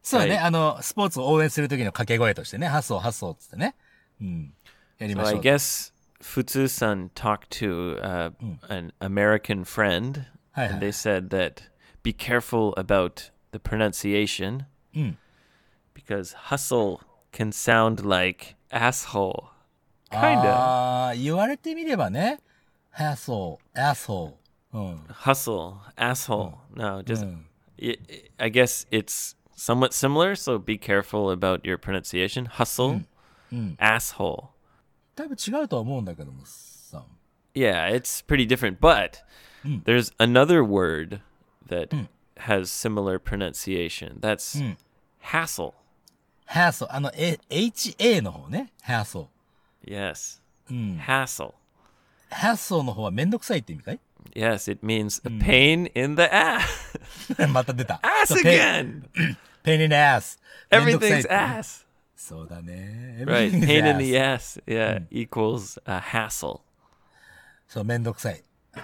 そうね、
はい
あの、スポーツを応援するときの掛け声としてね、ハッソーハッソーっつってね。うん。やり
So
まし
I
ょう。
guess Futsu-san talked to uh, an American friend,
Hmm. Hi, hi.
and they said that be careful about the pronunciation
Hmm.
because hustle can sound like asshole. Kinda
ああ、言われてみればね、ハッソー、アッソー。うん。
hustle, asshole. No, just
Mm.
i I I guess it's somewhat similar. So be careful about your pronunciation. Hustle,
Hmm.
asshole.
だいぶ違うとは思うんだけどもさ。
Yeah, it's pretty different. But there's another word that has similar pronunciation. That's
うん。
hassle.
ハーソー、あの、え、HA の方ね。ハーソ
Yes.
ー。うん。
Hassle.
ハーソーの方はめんどくさいって意味かい
Yes, it means a pain in the ass.
また出た。
Ass
そうペン
again.
ペン in the ass. めんどくさい
Everything's
ってね
ass.
そうだね。
Right.
Everything's
Pain in
ass.
the ass. Yeah. Equals a hassle.
そう、めんどくさい。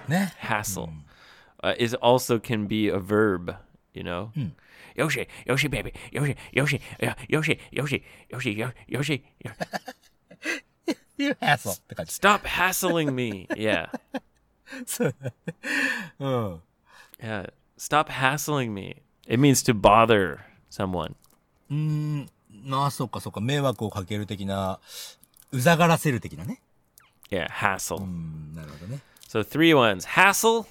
ね。
Hassle uh, is also can be a verb. You know. Yoshi, Yoshi, baby, Yoshi, Yoshi, uh, Yoshi, Yoshi, Yoshi, Yo- Yoshi. Yo-
You hassle って感じ。
Stop hassling me. Yeah.
そうだね。うん。
Yeah. Stop hassling me. It means to bother someone.
うーん。なあ、そうか、そうか。迷惑をかける的な、うざがらせる的なね。
Yeah, hassle.
うん、なるほどね。
So three ones. Hassle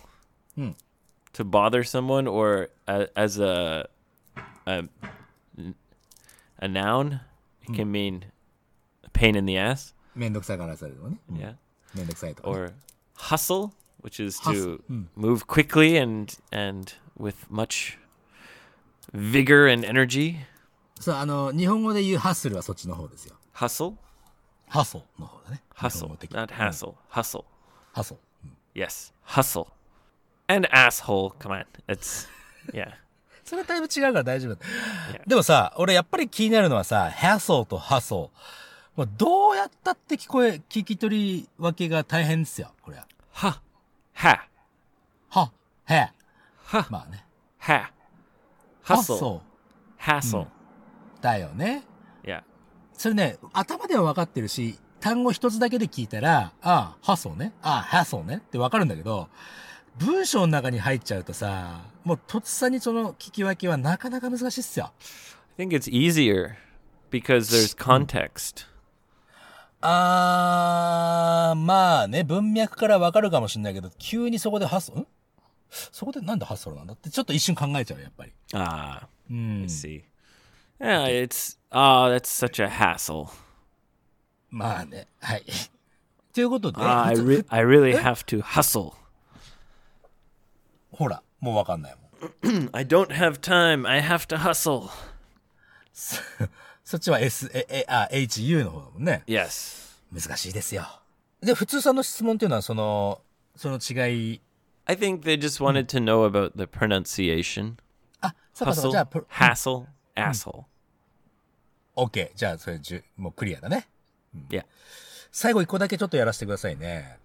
Hmm.
to bother someone or a, as a, a a noun it can mean a pain in the ass.
めんどくさがらせるのね。うん
Yeah.
めんどくさいとかね、
Or hustle, Hmm. which is
Hustle.
to move quickly and and with much vigor and energy.
そう、あの、日本語で言うハッスルはそっちの方ですよ。
Hustle,
ハッソーの方だね。日本
hustle,
語的に
not
うん
hassle. Hustle.
ハッソー。
Yes, hustle. And asshole. Come on. It's yeah.
それはだいぶ違うから大丈夫だ。でもさ、俺やっぱり気になるのはさ、ハッソーとハッソー。もうどうやったって聞こえ、聞き取り分けが大変ですよ、これは。
Ha. Ha.
は、へ。
は
まあね。
Ha.
ハッ
Hustle. Hmm.
ソ
Hassle.
ーだよね。
Yeah.
それね、頭では分かってるし、単語一つだけで聞いたら、ああ、ハッソーね。ああ、ハッソーね。って分かるんだけど、文章の中に入っちゃうとさ、もうとっさにその聞き分けはなかなか難しいっすよ。
I think it's easier because there's context.
あー、まあね、文脈からわかるかもしれないけど、急にそこでハッソんそこでなんでハッソルなんだってちょっと一瞬考えちゃうよ、やっぱり。
Ah,
うん
I。see. Yeah, it's ah, that's such a hassle.
まあね、はい。 ということで、
Ah, I
ふつ
re-
ふ
I really have to hustle.
ほら、もうわかんないもん。
I don't have time. I have to hustle.
そっちは S、え、え、あ、HU の方だもんね。
Yes.
難しいですよ。で、普通さんの質問っていうのは、その、その違い、
I think they just wanted to know about the pronunciation.
あ、そうかそ
Hustle,
うか、じゃあプロ、
hassle, asshole.
OK。じゃあ、それ、じゅもうクリアだね。
Yeah.
最後一個だけちょっとやらせてくださいね。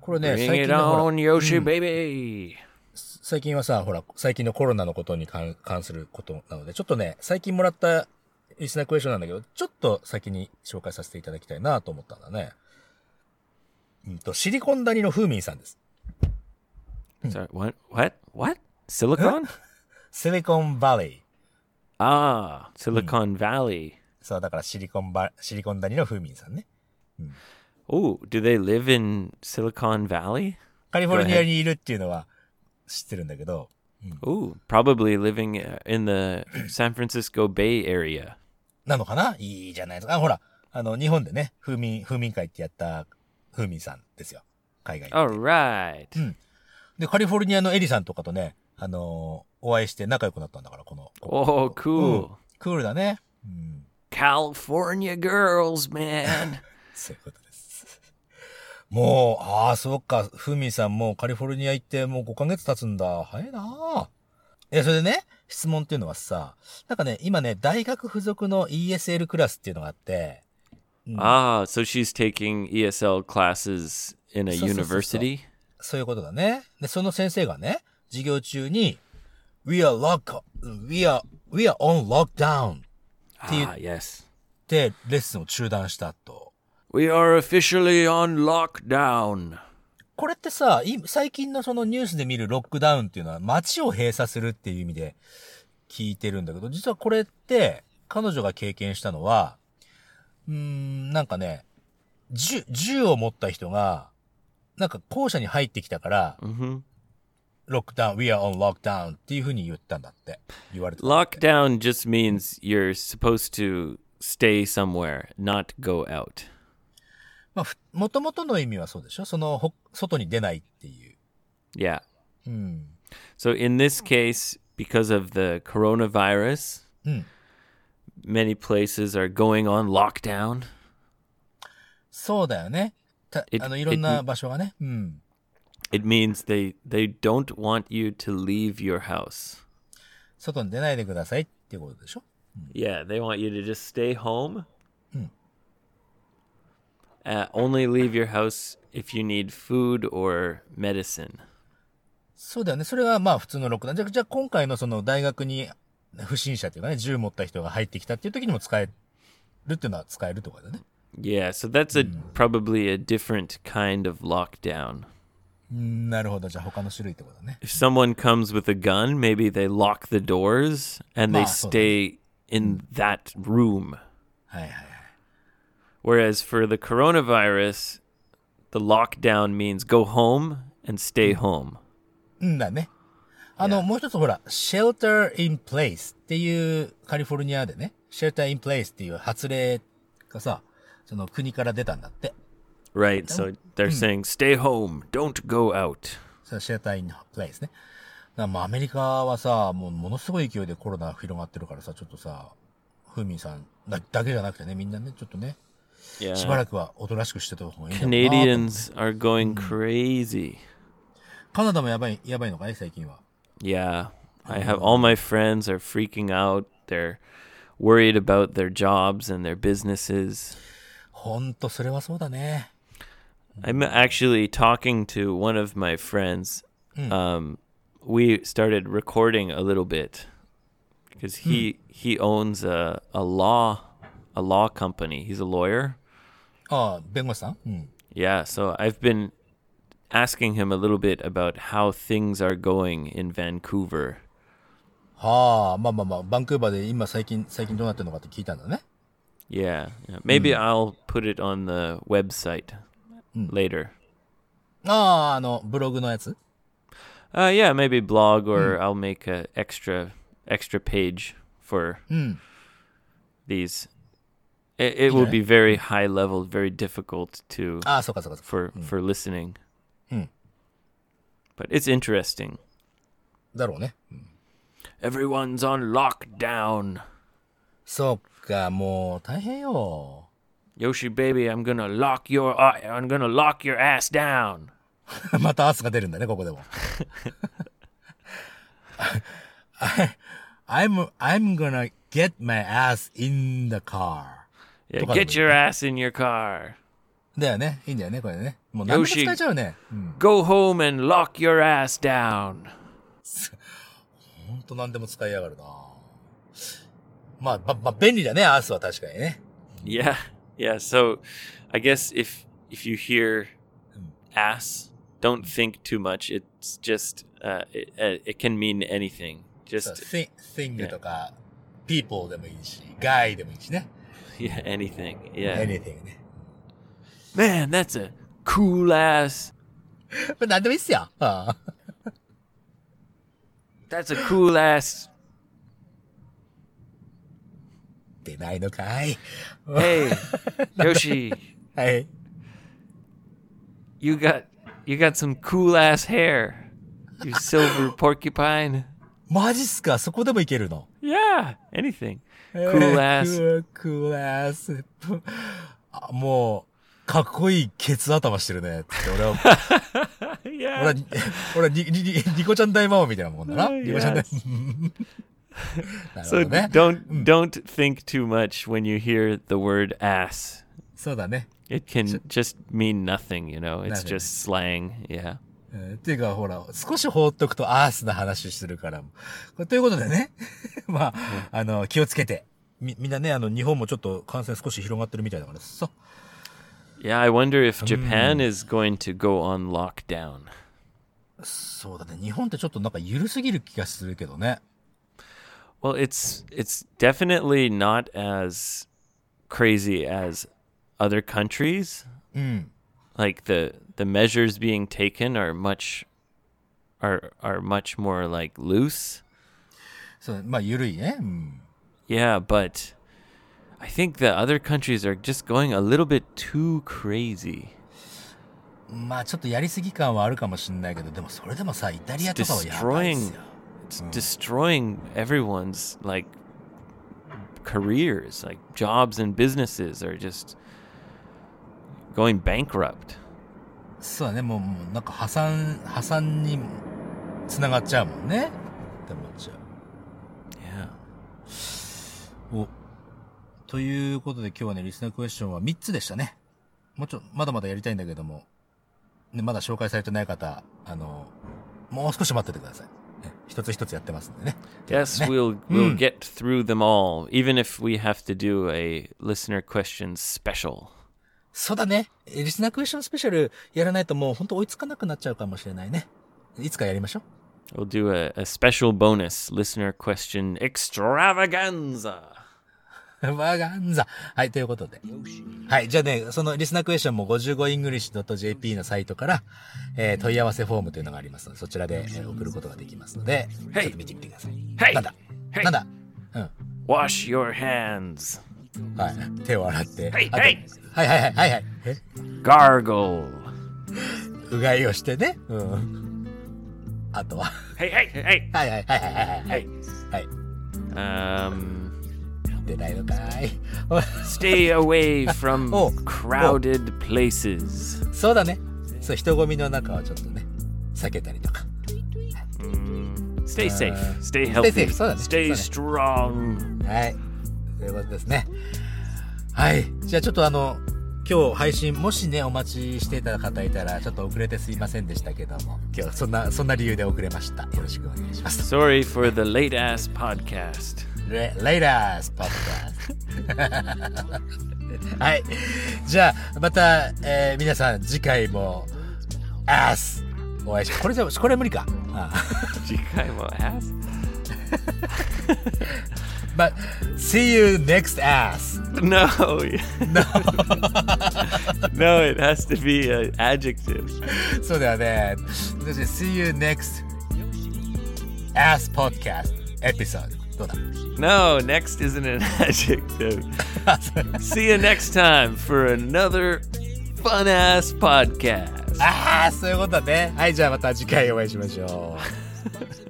これね、
Bring
最
it
近のほら
on, Yoshi baby.
最近はさ、ほら、最近のコロナのことに関関することなので、ちょっとね、最近もらったリスナークエスチョンなんだけど、ちょっと先に紹介させていただきたいなと思ったんだね。うんと、シリコンダニのフーミンさんです。
Sorry, what? What? What? Silicon?
シリコンバレー。
Ah, Silicon Valley.
そう、だからシリコンバ、シリコンダニのフーミンさんね。
Oh, do they live in Silicon Valley?
カリフォルニアにいるっていうのは知ってるんだけど、
Ooh, probably living uh, in the San Francisco Bay Area.
なのかないいじゃないですか。あ、ほら、あの、日本でね、風民、風民会ってやった風民さんですよ。海外で。
All right.
で、カリフォルニアのエリさんとかとね、あのーお会いして仲良くなったんだから、この。
Oh, cool.
クールだね。うん。
California girls, man.
そういうことです。 もう、ああ、そうか、ふみさんもうカリフォルニア行ってもう5ヶ月経つんだ。早いなあえ、それでね、質問っていうのはさ、なんかね、今ね、大学附属の ESL クラスっていうのがあって、
ah, so she's taking ESL classes in a
So, so, so, so.
university?
そういうことだね。で、その先生がね、授業中に、we are lock, we are, we are on lockdown って言
Ah,
っ
yes.
て、レッスンを中断したと。
We are officially on lockdown.
これってさ、い最近のそのニュースで見るロックダウンっていうのは街を閉鎖するっていう意味で聞いてるんだけど、実はこれって彼女が経験したのは、うーん、なんかね、銃、銃を持った人が、なんか校舎に入ってきたから、
hmm
ロックダウン、we are on lockdown っていう風に言ったんだって。言われてた。
Lockdown just means you're supposed to stay somewhere, not go out.
まあ、ふ元々の意味はそうでしょその、ほ、外に出ないっていう。
Yeah.
うん。
So in this case, because of the coronavirus,
Mm.
many places are going on lockdown.
そうだよね。た
It-
あの、いろんな場所がね。うん。
It means they they don't want you to leave your house.
外に出ないでくださいっていうことでしょ
Yeah, they want you to just stay home. Uh, only leave your house if you need food or medicine.
そうだよね。それがまあ普通のロックダウン。じゃあ、じゃあ今回のその大学に不審者っていうかね、銃持った人が入ってきたっていう時にも使えるっていうのは使えるってことだね。
Yeah, so that's a probably a different kind of lockdown.
うんなるほど。じゃあ他の種類ってことだね。
If someone comes with a gun, maybe they lock the doors and they
Ah, so-
stay in that room.
はいはいはい。
Whereas for the coronavirus, the lockdown means go home and stay home.
うんだね。あの、もう一つほら、shelter in place っていうカリフォルニアでね、shelter in place っていう発令がさ、その国から出たんだって。
Right, so they're saying stay home, don't go out.
その shelter in place ね。だからまあアメリカはさ、もうものすごい勢いでコロナ広がってるからさ、ちょっとさ、ふみんさんだだけじゃなくてね、みんなね、ちょっとね、
Yeah.
しばらくはおとなしくしてた方がいいんだろうなと
Canadians are going crazy.
カナダもやばい、やばいのかい最近は。
Yeah. I have all my friends are freaking out. They're worried about their jobs and their businesses.
ほんと、それはそうだね。
I'm actually talking to one of my friends. Um, we started recording a little bit because he he owns a, a law a law company. He's a lawyer.
ああ、弁護士さんうん。
Yeah, so I've been asking him a little bit about how things are going in Vancouver.
はあ、まあまあまあ、バンクーバーで今最近、最近どうなってるのかって聞いたんだね。
Yeah, yeah. maybe I'll put it on the website later.
ああ、あの、ブログのやつ
Uh, yeah, maybe blog or I'll make a extra extra page for these. It, it will be very high level, very difficult to
ああ、そうかそうかそう
for
か。
for listening. But it's interesting.
だろうね。
Everyone's on lockdown.
そうか、もう大変よ。
Yoshi baby, I'm gonna lock your uh, I'm gonna lock your ass down.
また圧が出るんだね、ここでも。I- I'm, I'm gonna get my ass in the car.
Yeah,
Took out
get
the-
your ass in your car.
だよね。いいんだよね、これね。もう何でも使えちゃうね。うん。
Go home and lock your ass down.
ほんと何でも使いやがるなまあ、ば、まあ、便利だね、アースは確かにね。
Yeah, yeah. So, I guess if if you hear ass, don't think too much. It's just uh, it, uh, it can mean anything.
そう
Just
thing, thing とか、people でもいいし、guy でもいいしね。
yeah, anything. Yeah.
anything ね。
Man, that's a cool ass.
これ何でもいいっすよ。ああ
That's a cool ass.
出ないのかい。
Hey, Yoshi,
はい。
you got you got some cool ass hair. You silver porcupine.
マジっすかそこでもいけるの
Yeah, anything. Cool ass.
クーラース。あもう、かっこいいケツ頭してるね。って俺 は、
Yeah.
俺は、俺はに、に、に、ニコちゃん大魔王みたいなもんだな。
うん
ニコ ちゃん大なるほ
So
どね。
don't don't think too much when you hear the word ass.
そうだね。
It can just mean nothing, you know. It's
Nothing.
just slang. Yeah.
うんっていうか、ほら、少し放っとくとアースな話するから。ということでね。 まあ、あの、気をつけて。み、みんなね、あの、日本もちょっと感染少し広がってるみたいだからさ。
Yeah, I wonder if Japan is going to go on lockdown.
そうだね。日本ってちょっとなんか緩すぎる気がするけどね。
Well, it's it's definitely not as crazy as other countries. Like the the measures being taken are much are are much more like loose.
そう、まあ、緩いね。うん。
Yeah, but I think the other countries are just going a little bit too crazy.
まあちょっとやりすぎ感はあるかもしれないけど、でもそれでもさ、イタリアとかはやばいっ
Destroying
すよ。
it's destroying everyone's like careers, like jobs and businesses are just going bankrupt.
そうだね、もう、もうなんか破産、破産に繋がっちゃうもんね。って思っちゃ
Yeah.
う。お。ということで今日はね、リスナークエスチョンは3つでしたね。もうちょ、まだまだやりたいんだけども、ね、まだ紹介されてない方、あの、もう少し待っててください。ね一つ一つやってますんでね。
Yes, we'll we'll get through them all, even if we have to do a listener question special.
そうだね。えリスナークエスチョンスペシャルやらないともう本当追いつかなくなっちゃうかもしれないね。いつかやりましょう。
We'll do a, a special bonus listener question extravaganza.
バガンザ。はい、ということで。はい、じゃあね、そのリスナークエスチョンも 55english.jp のサイトから、えー問い合わせフォームというのがありますので、そちらで、えー送ることができますので、ちょっと見てみてください。
Hey!
なんだ
Hey!
なんだ
Wash your hands.
はい、手を洗って。
Hey!
あと
Hey!
はいはいはいはいはい。え
Gargle.
うがいをしてね。うん。あとは、
Hey, hey, hey,
はいはいはいはいはいはい。はい。
hey. Um,
出ないのかい。
stay away from
Oh.
crowded places.
そうだね。そう、人混みの中はちょっとね、避けたりとか。
Stay safe. Uh, Stay healthy.
safe, そうだね、
Stay
そうだね。
strong.
はい。ということですね。はい。じゃあちょっとあの、今日配信、もしね、お待ちしていた方いたら、ちょっと遅れてすいませんでしたけども、今日そんな、そんな理由で遅れました。よろしくお願いします。
Sorry for the late ass podcast.
レ、レイダースパッカー。はい。じゃあ、また、えー皆さん、次回も、アースお会いしこれじゃ、これ無理か。ああ
次回も ass?
ま、see you next ass!
No. No. no, it has to be an adjective.
そうだよね。そして See you next ass podcast episode. どうだ
No, next isn't an adjective. See you next time for another fun ass podcast.
ああ、そういうことだね。はい、じゃあまた次回お会いしましょう。